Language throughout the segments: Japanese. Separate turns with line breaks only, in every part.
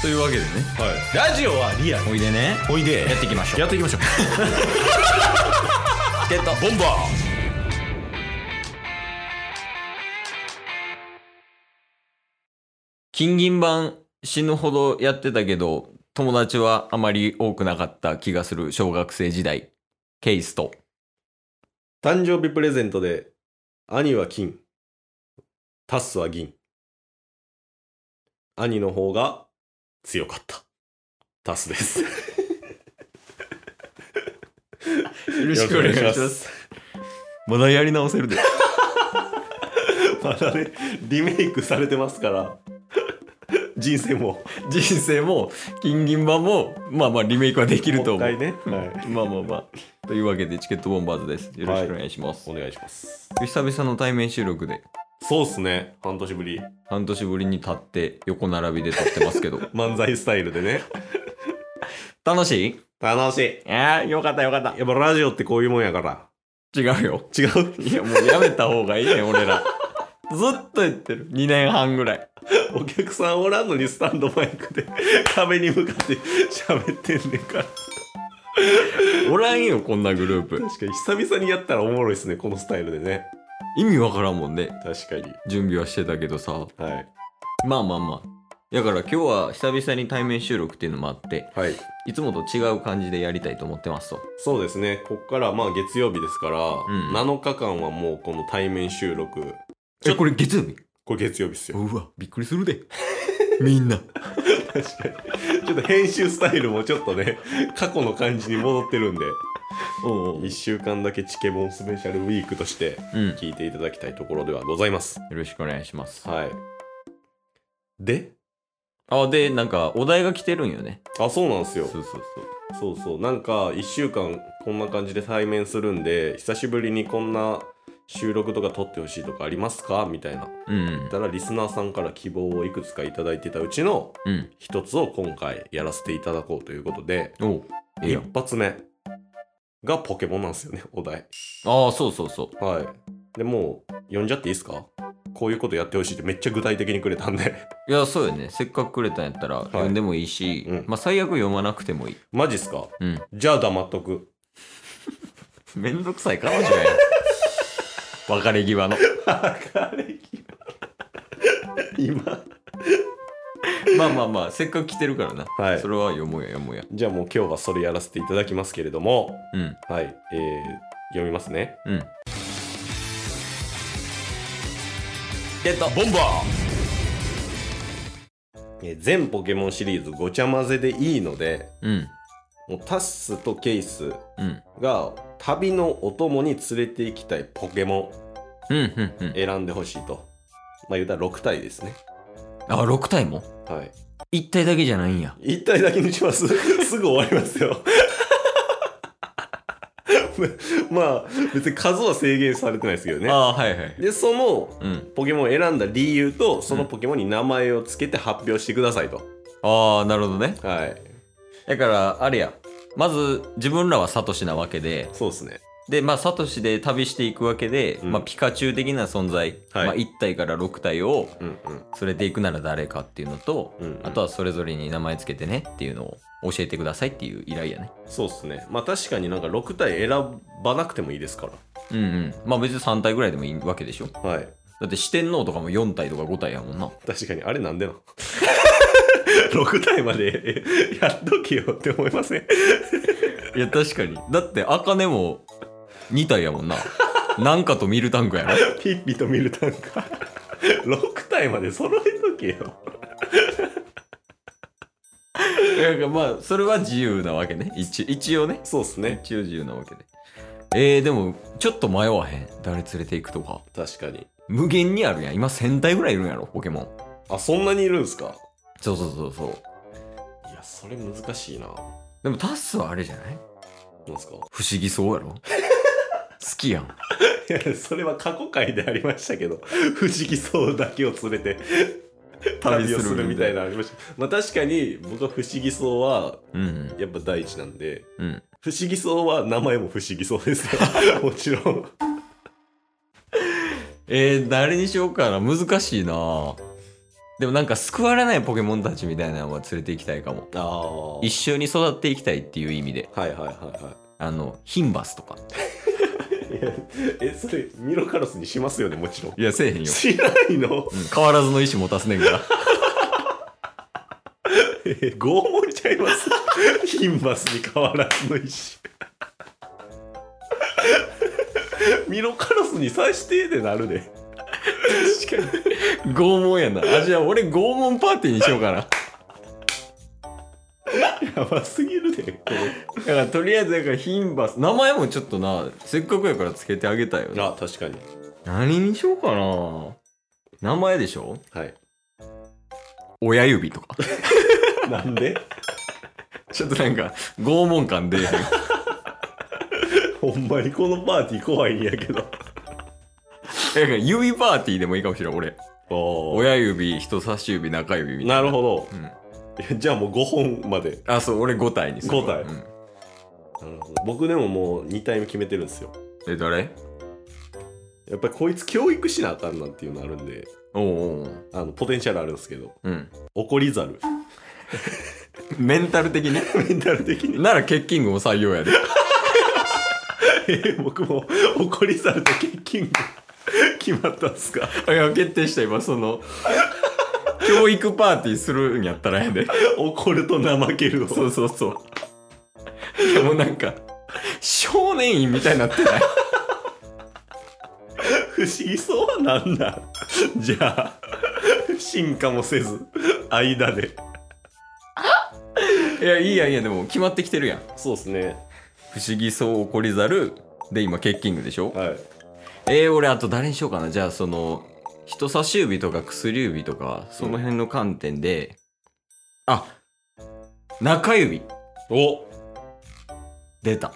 というわけでね
はい、ラジオはリアル
おいでね
おいで
やっていきましょう
やっていきましょう
ゲット
ボンバ
金銀版死ぬほどやってたけど友達はあまり多くなかった気がする小学生時代ケイスト
誕生日プレゼントで、兄は金、タスは銀。兄の方が強かった。タスです。よ
よろ
ろ
しくお願いします
す。
まだやり直せるで
まだね、リメイクされてますから、人生も、
人生も金銀版もまあまあリメイクはできると思
もう
う
一回ね、はい。
まあまあまあというわけでチケットボンバーズですよろしくお願いします、
お願いします。
久々の対面収録で
そうっすね、半年ぶり。
半年ぶりに立って横並びで撮ってます けど
漫才スタイルでね。
楽しい
楽しい。
ああよかったよかった
やっぱラジオってこういうもんやから。
違うよ
違う
いやもうやめた方がいいねん俺らずっと言ってる2年半ぐらい
お客さんおらんのにスタンドマイクで壁に向かって喋ってんねんから
おらんよこんなグループ
確かに久々にやったらおもろいっすねこのスタイルでね
意味わからんもんね
確かに
準備はしてたけどさ
はい
まあまあまあだから今日は久々に対面収録っていうのもあって
はい
いつもと違う感じでやりたいと思ってますと
そうですねこっからまあ月曜日ですから、
ん
7日間はもうこの対面収録
えこれ月曜日
これ月曜日っすよ
うわびっくりするで みんな
確かにちょっと編集スタイルもちょっとね過去の感じに戻ってるんで
おうおう
1週間だけチケボンスペシャルウィークとして
うんよ
聞いていただきたいところではございます
ろしくお願いします
はいで
あでなんかお題が来てるんよね
あそうなんですよ
そうそう
そうそうなんか1週間こんな感じで対面するんで久しぶりにこんな収録とか撮ってほしいとかありますかみたいな
そううん
たらリスナーさんから希望をいくつか頂いただいてたうちの
うん
一つを今回やらせていただこうということで
おうええや
一
ん
発目がポケモンなんですよねお題
ああそうそうそう
はいでもう読んじゃっていいですかこういうことやってほしいってめっちゃ具体的にくれたんで
いやそうよねせっかくくれたんやったら読んでもいいし、
うん
まあ最悪読まなくてもいい
マジっすか
うん
じゃあ黙っとく
めんどくさい彼女や 別れ際の
今
まあまあまあせっかく来てるからな、
はい
それは読もうや読もうや
じゃあもう今日はそれやらせていただきますけれども
うん
はい、えー、読みますね。
うんゲット
ーボンバ
えー全ポケモンシリーズごちゃ混ぜでいいので、
うん
もうタッスとケイス
うん
が旅のお供に連れて行きたいポケモ
うんうんうん
ン選んでほしいと。まあ言うたら6体ですね。
あ6体も
はい。
1体だけじゃないんや
1体だけにします。 すぐ終わりますよ。 まあ別に数は制限されてないですけどね。
あーはいはい
で、その
うん
ポケモンを選んだ理由と、そのポケモンに名前を付けて発表してくださいと。
ああなるほどね
はい。
だからあれやまず自分らはサトシなわけで
そうですね。
でまあサトシで旅していくわけで、
うん
まあ、ピカチュウ的な存在、
はい
まあ、1体から6体を
うんうん。
連れていくなら誰かっていうのと、
うんうん
あとはそれぞれに名前つけてねっていうのを教えてくださいっていう依頼やね
そうっすね。まあ確かになんか6体選ばなくてもいいですか
うんうんまあ別に3体ぐらいでもいいわけでしょだ
ら。はい。
って四天王とかも4体とか5体やもんな
確かに、あれなんで な6体までえやっときよって思いません
いや確かにだって茜も2体やもん ななんかとミルタンクやろ
ピッピとミルタン か6体まで揃えとけよ
いやまあそれは自由なわけね一一応ね
そうっすね
一応自由なわけでえー、でもちょっと迷わへん誰連れていくとか
確かに
無限にあるやん今1000体ぐらいいるんやろポケモン
あそんなにいるんすか
そうそうそうそう
いやそれ難しいな
でもタスはあれじゃない
なんすか
不思議そうや ろ好きやん
いやそれは過去回でありましたけど 不思議そうだけを連れて
旅
旅
する
をするみたいなのありましたまあ確かに僕は不思議そうは
うん
やっぱ第一なんで
うん
不思議そうは名前も不思議そうですよ もちろん
えー、誰にしようかな難しいなでもなんか救われないポケモンたちみたいなのは連れて行きたいかも
ああはい
一緒に育っていきたいっていう意味で
はいはいは
あのヒンバスとか
いいやえそれミロカロスにしますよねもちろん
いやせえへんよ、
しない
う
の
ん変わらずの意思持たすねんから
え拷問ちゃいますヒンバスに変わらずの石ミロカロスに最低でなるで
確かに 拷問やなあじゃあ俺拷問パーティーにしようかな
やばすぎるでこ
だからとりあえずだからヒンバス名前もちょっとなせっかくやからつけてあげたいよ
れ
な
あ確かに
何にしようかな名前でしょ
はい
親指とか
なんで
ちょっとなんか拷問感で
ほんまにこのパーティー怖いんやけど
指パーティーでもいいかもしれん俺
お
親指人差し指中指みたいな
なるほど
うん
い やじゃあもう5本まで
あそう俺5体にするわ
五体
うん
僕でももう2体目決めてるんですよ
え誰
やっぱりこいつ教育しなあかんなんていうのあるんで
おうおうおう
あのポテンシャルあるんですけど
うん
怒りざる
メンタル的に
メンタル的に
なら欠勤軍も採用 やで
え僕も怒りざると欠勤が 決まったんすか
いや決定した今その教育パーティーするんやったらやで
怒ると怠けるを
そうそうそういやもうなんか少年院みたいになってない
不思議そうはなん だじゃあ進化もせず間で
いやいいやいやでも決まってきてるやん
そうですね
不思議そう怒りざるで今欠勤軍でしょ
はい
えー、俺あと誰にしようかなじゃあその人差し指とか薬指とかその辺の観点で、あ中指
お
出た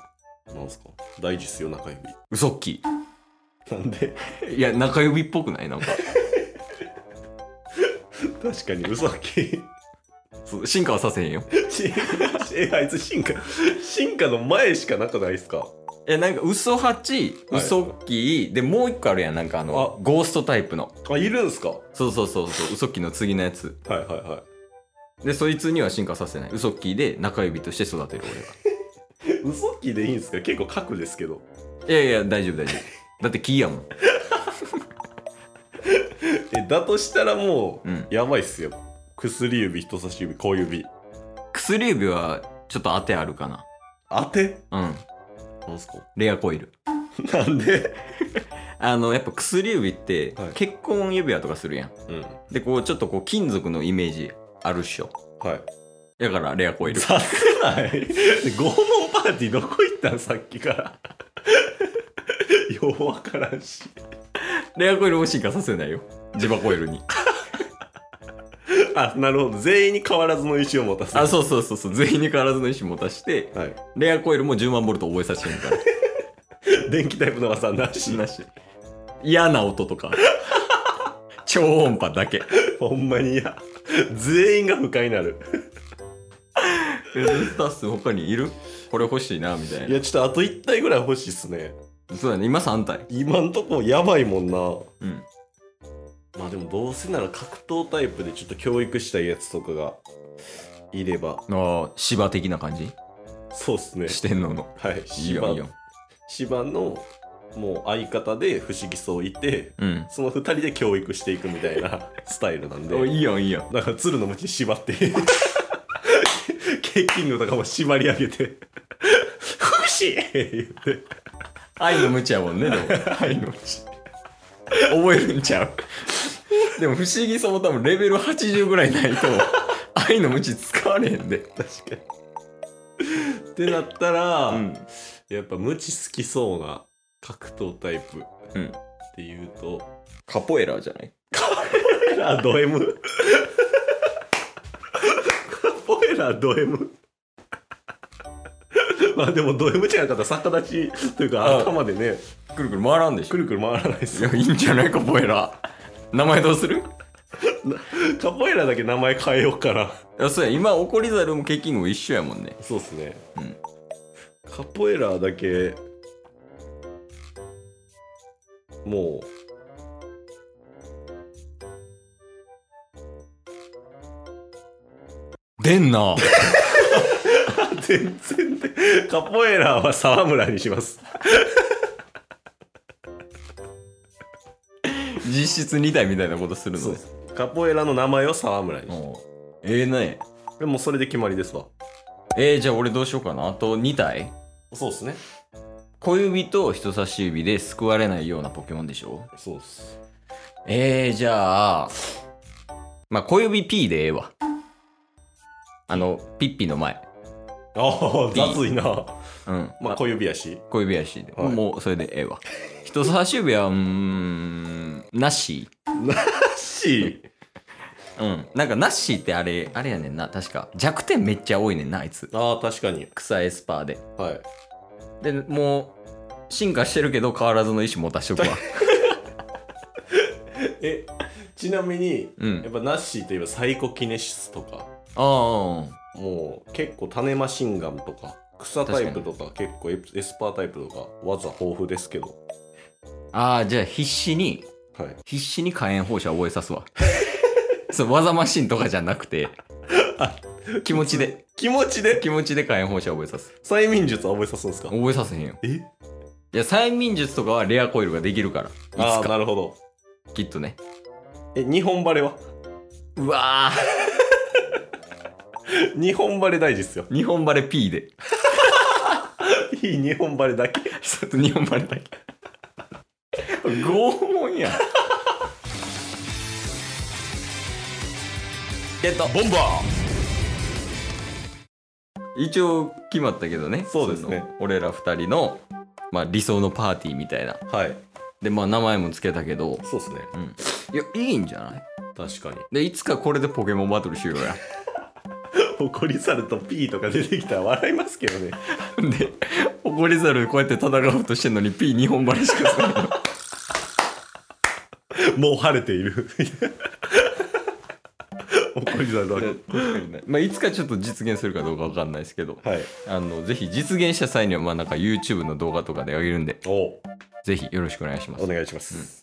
なんすか大事っすよ中指
嘘っき
なんで
いや中指っぽくないなんか
確かに嘘っき
そう進化はさせへんよ
しえ あいつ進化進化の前しかなくないっすか
いやなんか嘘八
はい
嘘っきでもう一個あるやんなんかあのゴーストタイプの
あいるんすかは
そうそうそうそう嘘っきの次のやつ
いはいは
でそいつには進化させない嘘っきで中指として育てる俺はい
嘘っきでいいんすか結構核ですけど
いやいや大丈夫大丈夫だってキーやもん
えだとしたらもう、
うん
やばいっすよ薬指人差し指小指
薬指はちょっと当てあるかな
当て
うん
なんすか
レアコイル
なんで
あのやっぱ薬指って
はい
結婚指輪とかするやん、
うんは
でこうちょっとこう金属のイメージあるっしょ
い
だからレアコイ ル
させない拷問パーティーどこ行ったんさっきからようわからんし
レアコイルも進化させないよ磁場コイルに
あなるほど全員に変わらずの意思を持た せ
あ
る
そうそうそうそう全員に変わらずの意思持たして
はい
レアコイルも10万ボルト覚えさせてるから
電気タイプの技なし
なし嫌な音とか 超音波だけ
ほんまにいや全員が不快になる
スタッフ他にいるこれ欲しいなみたい
い
な
やちょっとあと1体ぐらい欲しいっすね
そうだね今3体
今んとこやばいもんな
うん
まあでもどうせなら格闘タイプでちょっと教育したいやつとかがいれば
ああ芝的な感じ
そうっすね
四天王の
はい
いい
芝
よいいよ
芝のもう相方で不思議そういて
うん
その2人で教育していくみた いなスタイルなんで
おいいよいいよ
だから鶴の鞭縛って ケーキングとかも縛り上 げて 「不死!」言って
愛の無知やもん ねでも愛の無知覚えるんち ゃうでも不思議さも多分レベル80ぐらいないと愛の無知使われへんで
確かに。ってなったら、
うん
やっぱ無知好きそうな格闘タイプっ
うん
ていうと、
カポエラじゃない
カポエラド M カポエラド M まあでもド M じゃなかったら逆立ちという
あ
か頭でね
くるくる回らんでし
く
ょ
るくる回らないです
い
よ
やいいんじゃないカポエラ名前どうする
カポエラだけ名前変えようかない
やそうや今怒りざるもケッキングも一緒やもんね
そうっすね、
うん
カポエラだけもう
出んな。
全然でカポエラは沢村にします
実質2体みたいなことするのね。
カポエラの名前を沢村にし
うんええね。
でもうそれで決まりですわ
えー、じゃあ俺どうしようかな。あと2体
そうっすね
小指と人差し指で救われないようなポケモンでしょ
そうっす
えー、じゃあ、まあ、小指 P でええわ。あの、ピッピの前。
ああ雑いな
うん。
まあ小指やし
小指やしで、
はい
もうそれでええわ。人差し指は、うーん、なし。
し
うん。なんか、なしってあれ、あれやねんな。確か。弱点めっちゃ多いねんな、あいつ。
ああ確かに
草エスパーで。
はい
で、もう、進化してるけど変わらずの意思持たしとくわ。
えちなみに
う
やっ
ん。
ぱナッシーといえばサイコキネシスとか
ああ、
もう結構種マシンガンとか草タイプとか結構エエスパータイプとか技豊富ですけど
ああ、じゃあ必死に、
はい
必死に火炎放射覚えさすわ。 そう、技マシンとかじゃなくて、気持ちで、
気持ちで
気持ちで火炎放射覚えさす。
催眠術は覚えさすんですか
覚えさせへんよ。
え
いや、催眠術とかはレアコイルができるから、いつ
ああ
か、
なるほど
きっとね。
え日本バレは
うわ
日本バレ大事っすよ
ー、日本バレ P で。
いい日本バレだけ
ちょっと日本バレだけ。拷問やん。ゲット
ボンバ
一応決まったけどね
そうですね
の俺ら二人の、まあ、理想のパーティーみたいな
はい
でまあ名前も付けたけど
そうっすね
いやいいんじゃない
確かに
でいつかこれでポケモンバトルしようや
怒り猿とピーとか出てきたら笑いますけどね
で怒りざるこうやって戦おうとしてんのに P2 本バレし か使わない
もう晴れている 怒り猿だけ
まあいつかちょっと実現するかどうかわかんないですけど
はい
あのぜひ実現した際にはまあなんか YouTube の動画とかであげるんで
お
ぜひよろしくお願いします
お願いします、